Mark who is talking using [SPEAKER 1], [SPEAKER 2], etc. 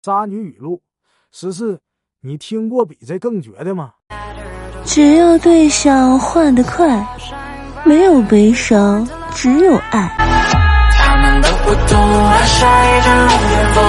[SPEAKER 1] 渣女语录十四，你听过比这更绝的吗？
[SPEAKER 2] 只要对象换得快，没有悲伤，只有爱。
[SPEAKER 3] 他们的互动啊，像一阵龙卷风。